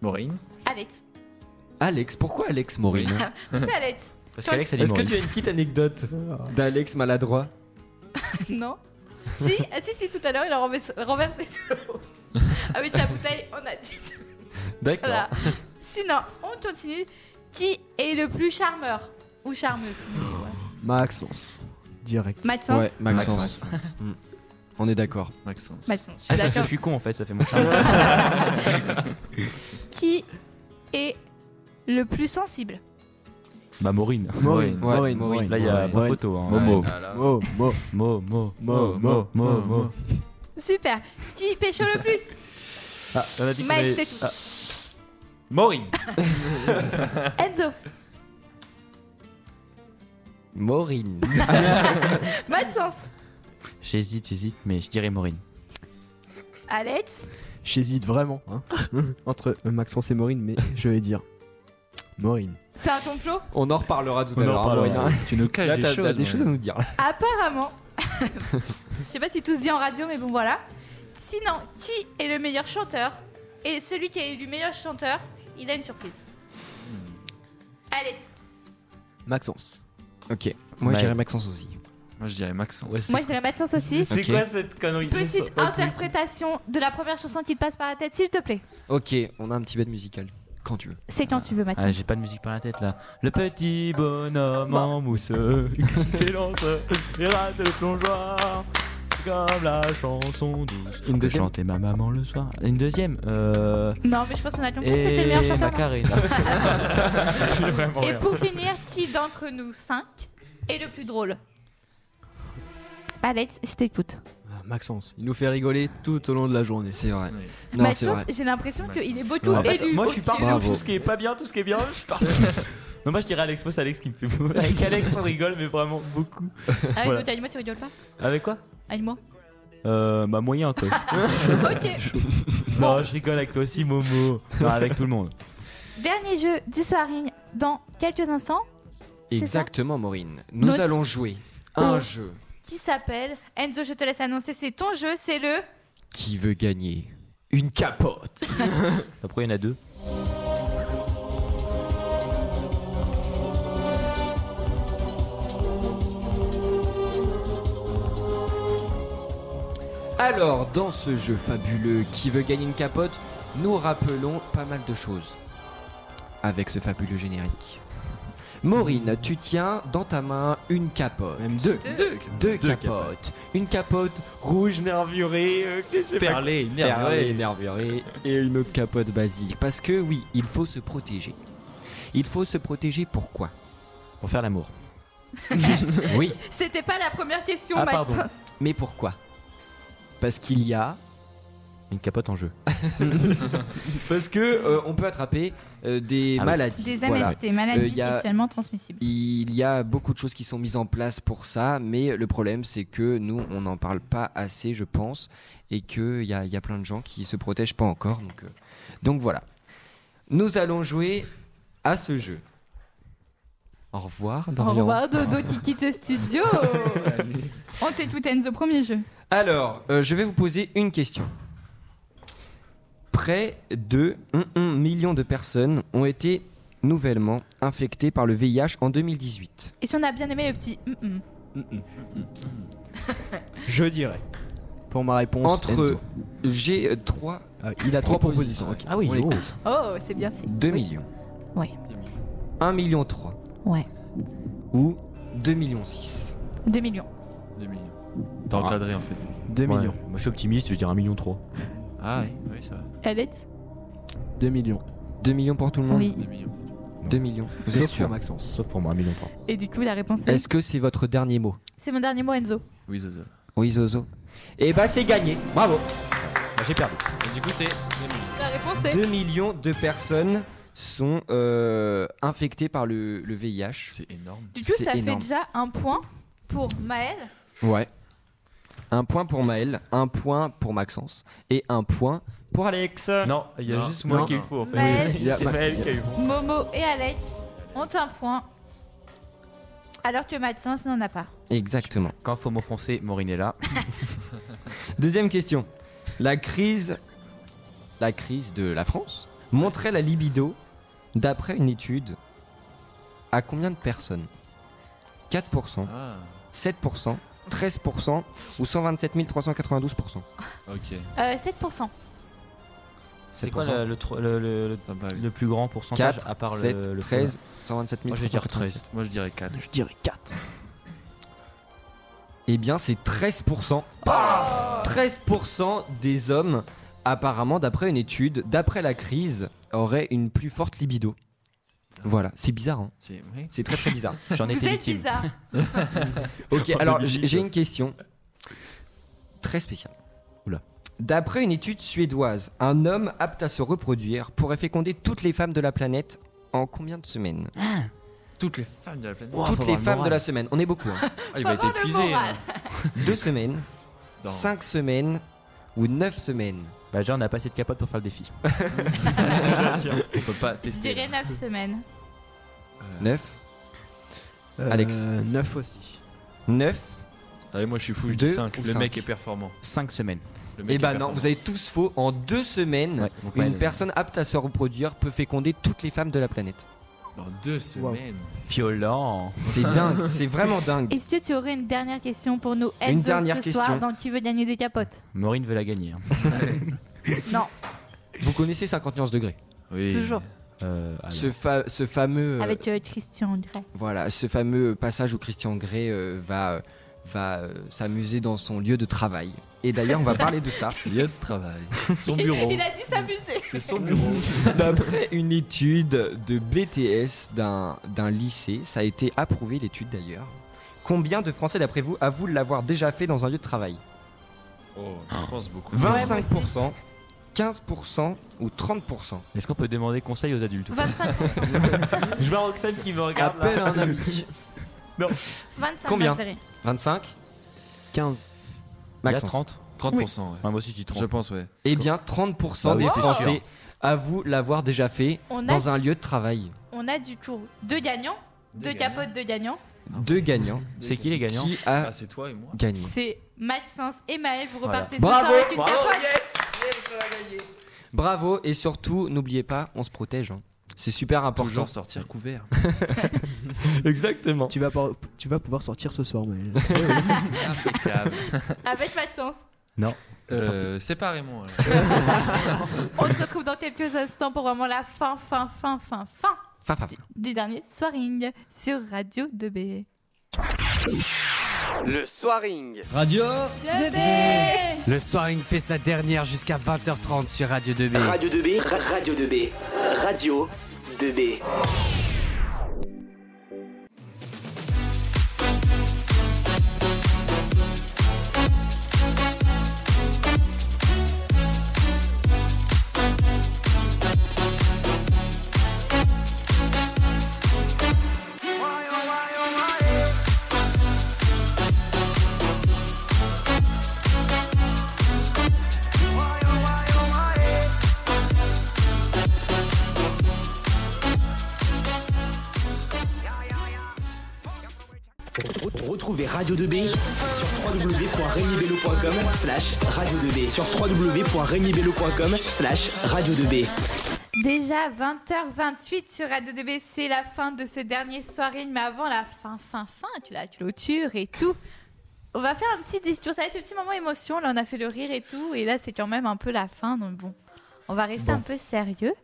Maureen.
Alex.
Alex, pourquoi Alex Maureen
Hein
C'est Alex. Toi,
a dit
Est-ce que
Maureen.
tu as une petite anecdote d'Alex maladroit
Non. si, ah, si, si, tout à l'heure, il a renversé, renversé de l'eau. Avec sa bouteille, on a dit.
D'accord.
Voilà. Sinon, on continue. Qui est le plus charmeur Ou charmeuse
Oh.
Maxence. Direct.
Maxence
Ouais, Maxence.
Maxence.
Mm. On est d'accord.
Maxence.
Maxence, je suis
Ah, c'est parce que
d'accord.
je suis con en fait, ça fait mon charme.
Qui est le plus sensible
bah, Maureen.
Maureen, ouais, Maureen, Maureen.
Là, il y a
Maureen.
pas photo. Hein.
Momo.
Ouais. Mo, mo, mo, mo, mo, mo, mo, mo.
Super. Qui pécho le plus
Ah, on a dit qu'on
Maël,
avait-
c'était tout.
Ah. Maureen. Ah.
Enzo.
Maureen.
Maxence.
J'hésite, j'hésite, mais je dirais Maureen.
Alex.
J'hésite vraiment hein, entre Maxence et Maureen, mais je vais dire Maureen.
C'est un complot
On en reparlera tout
On
à
en
l'heure. hein,
reparlera.
Maureen, hein.
Tu nous caches
Là,
des
t'as-
choses,
T'as des
Maureen.
choses à nous dire. là.
Apparemment. Je sais pas si tout se dit en radio, mais bon, voilà. Sinon, qui est le meilleur chanteur Et celui qui est élu meilleur chanteur, il a une surprise.
Hmm.
Alex.
Maxence. Bah,
Ok,
Moi, je dirais
Maxence aussi. Moi je dirais Maxence.
Moi, je dirais Maxence aussi.
C'est quoi cette
connerie
Petite interprétation de la première chanson qui te passe par la tête, s'il te plaît.
Ok, on a un petit bête musical. Quand tu veux.
C'est quand tu veux, Mathieu.
Ah, j'ai pas de musique par la tête là. Le petit bonhomme en mousseux qui s'élance, il rate le plongeoir. Comme la chanson douce.
Une
de
deuxième
chanter ma maman le soir. Une deuxième. Euh...
Non, mais je pense qu'on a compris que
Et
c'était le meilleur chanteur.
Macarena. J'ai vraiment
Et
rien.
pour finir, qui d'entre nous cinq est le plus drôle Alex, je t'écoute.
Ah, Maxence. Il nous fait rigoler tout au long de la journée. C'est vrai.
Maxence, j'ai l'impression qu'il est beau tout
En fait,
élu.
Moi je suis
au-dessus.
partout. Tout ce qui est pas bien, tout ce qui est bien, je suis partout. non, moi je dirais Alex, moi c'est Alex qui me fait beau. Avec Alex on rigole, mais vraiment beaucoup.
Ah, toi,
Voilà.
t'as dit moi, tu rigoles pas
Avec quoi
Ah, moi
euh, bah moyen quoi.
Ok.
Non, je rigole avec toi aussi Momo. Non, avec tout le monde.
Dernier jeu du soiring dans quelques instants C'est ça
Exactement, Maureen. Nous
Notre-
allons jouer un
Oh.
jeu
qui s'appelle Enzo, je te laisse annoncer, c'est ton jeu, c'est le.
qui veut gagner une capote.
Après il y en a deux.
Alors, dans ce jeu fabuleux qui veut gagner une capote, nous rappelons pas mal de choses. Avec ce fabuleux générique. Maureen, tu tiens dans ta main une capote. Même deux.
Deux. Deux
Deux, capotes. Une capote rouge nervurée, euh, que je sais pas-
Perlée, nervurée.
perlée, nervurée, et une autre capote basique. Parce que oui, il faut se protéger. Il faut se protéger pourquoi
Pour faire l'amour.
Juste. oui.
C'était pas la première question,
Ah,
Maxence.
pardon. Mais pourquoi Parce qu'il y a
une capote en jeu.
Parce que euh, on peut attraper euh, des
Ah oui.
maladies.
Des
Voilà.
MST, maladies
Euh, il y a-
sexuellement transmissibles.
Il y a beaucoup de choses qui sont mises en place pour ça, mais le problème c'est que nous on n'en parle pas assez, je pense, et qu'il y a, il y a plein de gens qui se protègent pas encore. Donc, euh, donc voilà. Nous allons jouer à ce jeu. Au revoir,
Au
Dorian.
revoir, Dodo qui quitte le studio. On t'écoute, Enzo, premier jeu.
Alors, euh, je vais vous poser une question. Près de 1 million de personnes ont été nouvellement infectés par le VIH en 2018
Et si on a bien aimé le petit. hum, hum
Je dirais. Pour ma réponse,
Entre
Enzo. Ah,
j'ai euh, trois.
il a
trois
trois
propositions.
propositions,
ok.
ah oui,
On les
oh.
compte.
Oh, c'est bien fait.
2 millions.
Ouais.
1 million 3.
Ouais.
Ou 2 millions 6.
2 millions.
2 millions. T'as encadré en fait.
2 millions.
Moi je suis optimiste, je dirais 1 million 3.
Ah oui, oui, ça va.
Alex
2 millions.
2 millions pour tout le monde
Oui.
2 millions.
2 millions. Vous
Sauf
êtes sûr
pour Maxence.
Sauf pour moi, 1 million 3.
Et du coup, la réponse est.
Est-ce que c'est votre dernier mot
C'est mon dernier mot, Enzo.
Oui, Zozo.
Oui, Zozo. Et bah, c'est gagné. Bravo.
J'ai perdu.
du coup, c'est 2 millions.
La réponse est.
2 millions de personnes sont euh, infectées par le, le VIH.
C'est énorme.
Du coup, ça fait déjà un point pour Maël.
Ouais. Un point pour Maël, un point pour Maxence et un point pour Alex.
Euh, Non, il y a juste moi qui ai eu faux, en fait.
Maël.
Il y a-
C'est Maël qui a eu faux.
Momo et Alex ont un point. Alors que Maxence n'en a pas.
Exactement.
Quand faut m'offenser, Morinella.
Deuxième question. La crise, la crise de la France montrait la libido d'après une étude à combien de personnes 4%,
Ah,
7%, 13% ou 127 392%.
Ok.
Euh, 7%.
C'est quoi le, le, tro- le- le- le- le plus grand pourcentage
4,
à part le-
7,
le,
13, 127
Moi je vais dire 13.
Moi je dirais 4.
Je dirais 4. Eh bien, c'est 13%. Bam 13% des hommes, apparemment, d'après une étude, d'après la crise, auraient une plus forte libido. Voilà, c'est bizarre. hein.
C'est oui.
C'est très très bizarre.
J'en
Vous
étais
êtes
victime.
bizarre.
ok,
Oh,
alors
le
j'ai
bide.
euh,
j'ai une question très spéciale.
Oula.
D'après une étude suédoise, un homme apte à se reproduire pourrait féconder toutes les femmes de la planète en combien de semaines
Toutes les femmes de la planète.
Toutes les femmes de la semaine. On est beaucoup. hein.
Ah, il va être épuisé. hein.
Deux semaines,
Dans-
cinq semaines ou neuf semaines
Bah déjà on a pas assez de capote pour faire le défi.
On peut pas
Je
tester.
dirais 9 semaines.
Euh.
9 Alex.
9 Euh, aussi.
9
Allez, moi je suis fou, je
Deux
dis 5.
ou
Le
cinq.
mec est performant.
5 semaines.
Le mec
Eh
est
ben non,
performant.
vous avez tous faux. En deux semaines,
Ouais, donc
une
Maëlle.
personne apte à se reproduire peut féconder toutes les femmes de la planète.
Dans deux semaines.
Violent.
C'est dingue, c'est vraiment dingue.
Est-ce que tu aurais une dernière question pour nous, Enzo,
Une dernière
ce
question.
soir, dans Qui veut gagner des capotes
Maureen veut la gagner. hein.
Non,
Vous connaissez 51 degrés
Oui.
toujours.
Euh, alors.
ce, fa- ce fameux euh,
Avec euh, Christian Grey.
voilà, ce fameux passage où Christian Grey euh, va euh, va euh, s'amuser dans son lieu de travail. Et d'ailleurs, on va parler de ça.
Lieu de travail. Son bureau.
Il a dit s'amuser.
C'est son bureau.
D'après une étude de BTS d'un d'un lycée, ça a été approuvé l'étude d'ailleurs. Combien de Français, d'après vous, avouent l'avoir déjà fait dans un lieu de travail
Oh, je pense beaucoup.
25%, 15% ou 30%
Est-ce qu'on peut demander conseil aux adultes ou pas
25%.
Je vois Roxane qui me regarde
Appelle
là.
un ami.
25
Combien
d'intérêt.
25
15.
Il y a
Maxence.
30.
30%, ouais.
Ouais, moi aussi je dis 30.
Je pense, ouais.
Eh bien, 30%
Bah oui,
des
c'est
Français avouent l'avoir déjà fait
On a-
dans un lieu de travail.
On a du coup deux gagnants, deux, capotes de gagnants.
Deux gagnants.
C'est qui les gagnants
Qui a
Ah, c'est toi et moi.
gagné
C'est Maxence et Maël. Vous repartez
Voilà.
ce soir avec une
Bravo,
capote.
Bravo et surtout, n'oubliez pas, on se protège. hein. C'est super important.
Toujours sortir couvert.
Exactement.
Tu vas, par- tu vas pouvoir sortir ce soir, mais.
Impeccable.
Avec Maxence.
Euh, séparément. alors.
On se retrouve dans quelques instants pour vraiment la fin, fin, fin, fin, fin
Fin, fin, fin.
du dernier Soiring sur Radio 2B.
Le soiring.
Radio
2B
Le soiring fait sa dernière jusqu'à 20h30 sur Radio
Ah,
2B.
Radio 2B. Ra- Radio 2B. Radio 2B. Retrouvez Radio 2B sur www.regnibello.com slash radio 2B sur www.regnibello.com slash radio 2B
Déjà 20h28 sur Radio 2B, c'est la fin de ce dernier soirée, mais avant la fin, fin, fin, tu la clôture et tout. On va faire un petit discours, ça va être un petit moment émotion, là on a fait le rire et tout, et là c'est quand même un peu la fin, donc bon, on va rester
Bon.
un peu sérieux.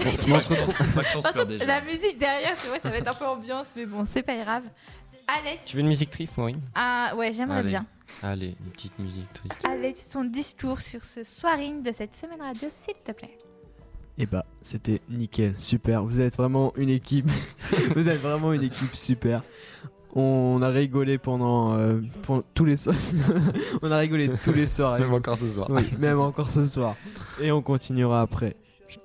On
mais
se-
tu-
on se retrouve- Maxence
Par
perd
contre,
déjà.
La musique derrière, c'est vrai, ça va être un peu ambiance, mais bon, c'est pas grave. Alex,
Tu veux une musique triste, Maureen
Ah, ouais, j'aimerais
Allez.
bien.
Allez, une petite musique triste.
Alex, ton discours sur ce soirée de cette semaine radio, s'il te plaît.
Et bah, c'était nickel, super. Vous êtes vraiment une équipe. Vous êtes vraiment une équipe super. On a rigolé pendant, euh, pen- tous les soirs. on a rigolé tous les soirs.
Même encore ce soir.
Oui, même encore ce soir. Et on continuera après,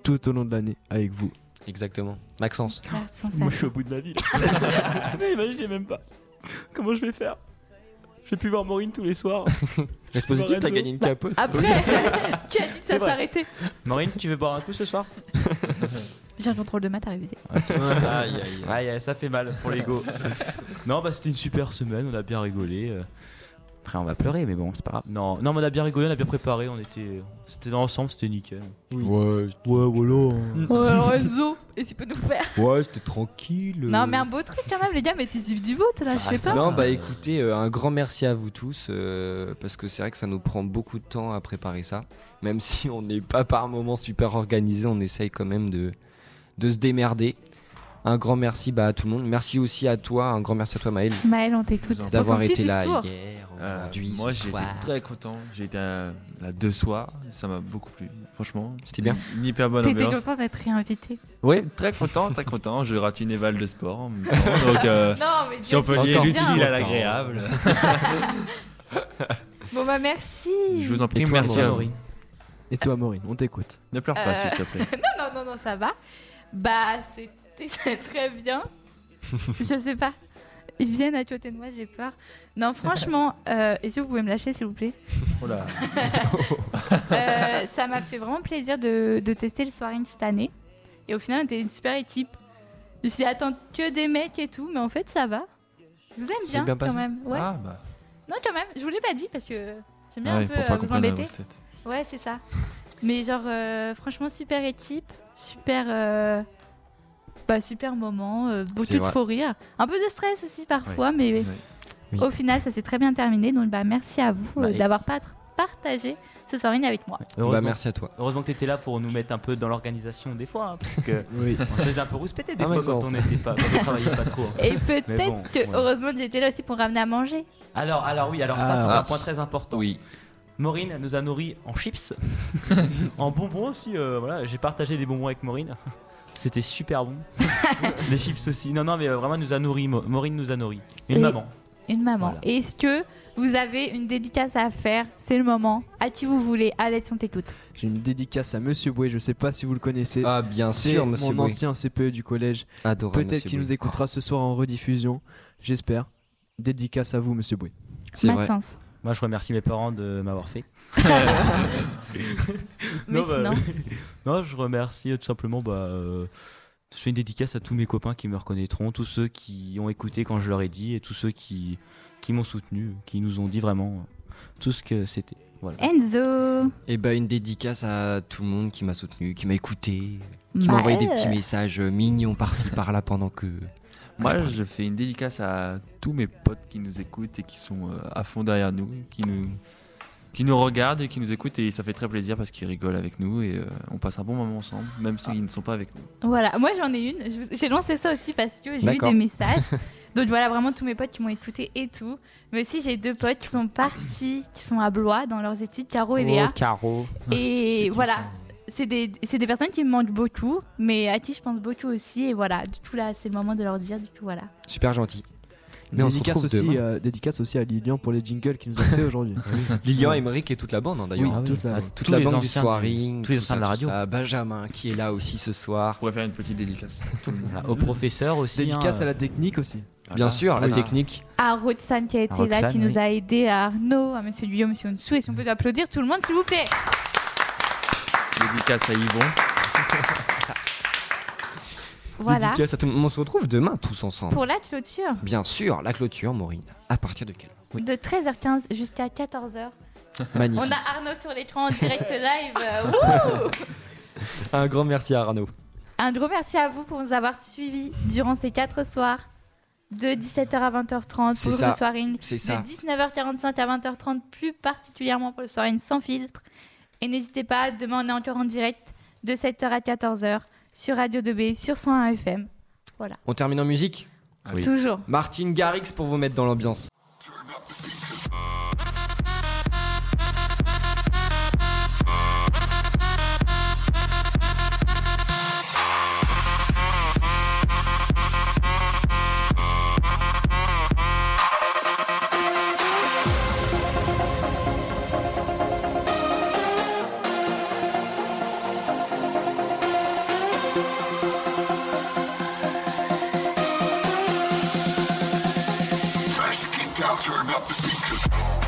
tout au long de l'année, avec vous.
Exactement. Maxence.
Maxence,
Moi, je suis au bout de ma vie. Mais imaginez même pas. Comment je vais faire J'ai pu voir Maureen tous les soirs.
Resposito, t'as gagné une capote.
Après, qui a dit que
C'est
ça
vrai.
s'arrêtait
Maureen, tu veux boire un coup ce soir
J'ai un contrôle de maths à réviser.
aïe, aïe, aïe, ça fait mal pour l'ego. non, bah c'était une super semaine, on a bien rigolé. euh. Après, on va pleurer, mais bon, c'est pas grave. Non, non, mais on a bien rigolé, on a bien préparé, on était, c'était dans l'ensemble, c'était nickel.
Ouais, ouais, voilà.
Oh, alors Enzo, et s'il peut nous faire.
Ouais, c'était tranquille. euh.
Non, mais un beau truc quand même, les gars, mettez-y du vote là,
Ah,
je sais pas.
Non, bah écoutez, euh, un grand merci à vous tous, euh, parce que c'est vrai que ça nous prend beaucoup de temps à préparer ça. Même si on n'est pas par moments super organisé, on essaye quand même de, de se démerder. Un grand merci bah, à tout le monde. Merci aussi à toi, un grand merci à toi Maël.
Maël, on t'écoute. Pour
D'avoir
ton petit
été là
discours.
hier,
Euh,
aujourd'hui,
moi j'ai
ce
été
soir.
très content. J'ai été euh, là deux soirs, ça m'a beaucoup plu. Franchement,
c'était bien.
Une hyper bonne
T'étais
ambiance.
content d'être réinvité.
Oui, très content, très content. J'ai raté une éval de sport. en même temps, Donc, euh,
Non, mais
si on
Dieu,
peut
c'est
lier
bien.
l'utile à l'agréable.
Bon bah merci.
Je vous en prie,
Et toi,
merci à
Maureen. Et toi, Maureen, on t'écoute.
Ne pleure pas,
Euh,
s'il te plaît.
non, non, non, non, ça va. Bah, c'était très bien. je sais pas. Ils viennent à côté de moi, j'ai peur. Non, franchement, euh, est-ce que vous pouvez me lâcher, s'il vous plaît
Oh là.
Euh, ça m'a fait vraiment plaisir de, de tester le soirée cette année. Et au final, on était une super équipe. Je me suis dit, attends, que des mecs et tout, mais en fait, ça va. Je vous aime
C'est
bien,
bien
quand
passé
même. Ouais.
Ah, bah.
Non, quand même, je vous l'ai pas dit parce que j'aime bien
Ah
un
oui,
peu
pour pas
euh,
qu'on
vous
prenne la
embêter.
grosse tête.
Ouais, c'est ça. mais genre, euh, franchement, super équipe, super. euh, bah, super moment, euh, beaucoup
C'est
de
vrai.
faux rires. Un peu de stress aussi parfois,
Ouais.
mais
Oui.
au final, ça s'est très bien terminé. Donc, bah, merci à vous
Bah,
euh,
et-
d'avoir pat- partagé ce soir avec moi.
Bah, merci à toi.
Heureusement que t'étais là pour nous mettre un peu dans l'organisation des fois, hein, parce que on se faisait un peu rouspéter des
Ah,
fois
Maxence.
quand on n'était pas, quand on travaillait pas trop. hein.
Et
Mais
peut-être
bon,
que,
ouais.
heureusement, que j'étais là aussi pour ramener à manger.
Alors, alors oui, alors ça
Ah.
c'est
Ah.
un point très important.
Oui.
Maureen nous a nourris en chips, en bonbons aussi. euh, voilà, j'ai partagé des bonbons avec Maureen. C'était super bon. Les chips aussi. Non, non, mais euh, vraiment nous a nourris. Mo- Maureen nous a nourris. Une
Et-
maman.
Une maman. Est-ce que vous avez une dédicace à faire C'est le moment. À qui vous voulez. Alex, on t'écoute.
J'ai une dédicace à Monsieur Boué, je sais pas si vous le connaissez.
Ah, bien
C'est
sûr, Monsieur
mon
Boué.
ancien CPE du collège.
Adorable,
Peut-être
Monsieur
qu'il
Boué.
nous écoutera ce soir en rediffusion, j'espère. Dédicace à vous, Monsieur Boué.
C'est vrai. Maxence. Moi, je remercie mes parents de m'avoir fait.
Mais sinon.
non, je remercie tout simplement. Bah, euh, je fais une dédicace à tous mes copains qui me reconnaîtront, tous ceux qui ont écouté quand je leur ai dit, et tous ceux qui, qui m'ont soutenu, qui nous ont dit vraiment euh, tout ce que c'était. Voilà.
Enzo.
Et bah une dédicace à tout le monde qui m'a soutenu, qui m'a écouté, qui
Maël.
m'a envoyé des petits messages euh, mignons par-ci par-là pendant que.
Moi, je fais une dédicace à tous mes potes qui nous écoutent et qui sont euh, à fond derrière nous, qui nous, qui nous regardent et qui nous écoutent. Et ça fait très plaisir parce qu'ils rigolent avec nous et euh, on passe un bon moment ensemble, même ceux qui ne sont pas avec nous.
Voilà, moi j'en ai une. Je vous- J'ai lancé ça aussi parce que j'ai eu
D'accord.
des messages. Donc voilà, vraiment tous mes potes qui m'ont écouté et tout. Mais aussi j'ai deux potes qui sont partis, qui sont à Blois dans leurs études, Caro et Léa.
Caro.
Et voilà, c'est des, c'est des personnes qui me manquent beaucoup, mais à qui je pense beaucoup aussi. Et voilà, du coup là c'est le moment de leur dire, du coup voilà.
Super gentil.
Une
Mais on se
dédicace,
retrouve
aussi,
demain.
euh, dédicace aussi à Lilian pour les jingles qu'il nous a fait aujourd'hui.
Lilian, Emeric et toute la bande hein, d'ailleurs.
Oui, Ah oui. toute la-
Ah,
tous
la
les
bande du
anciens du-
soiring,
tous les
tout
anciens
ça,
de la
tout
radio.
ça. Benjamin qui est là aussi ce soir.
On pourrait faire une petite dédicace.
Au professeur aussi.
Dédicace
hein,
à la technique aussi.
Bien sûr, la
Oui.
technique.
À Roxane qui a été là,
Roxane,
qui
oui.
nous a aidés, à Arnaud, à Monsieur Guillaume, Monsieur Onsou. Et si on peut applaudir tout le monde, s'il vous plaît.
euh,
Dédicace à Yvon.
Voilà.
Dédicace à tout le monde. On se retrouve demain tous ensemble.
Pour la clôture.
Bien sûr, la clôture, Maureen. À partir de quelle heure
De 13h15 jusqu'à 14h.
Magnifique.
On a Arnaud sur l'écran en direct live. euh, wouh
Un grand merci à Arnaud.
Un gros merci à vous pour nous avoir suivis durant ces quatre soirs de 17h à 20h30
C'est
pour
ça.
le soiring,
C'est
de
ça.
19h45 à 20h30 plus particulièrement pour le soiring sans filtre. Et n'hésitez pas, demain on est encore en direct de 7h à 14h sur Radio 2B, sur 101 FM. Voilà.
On termine en musique
oui. Toujours.
Martine Garrix pour vous mettre dans l'ambiance.
Smash the kick down, turn up the speakers.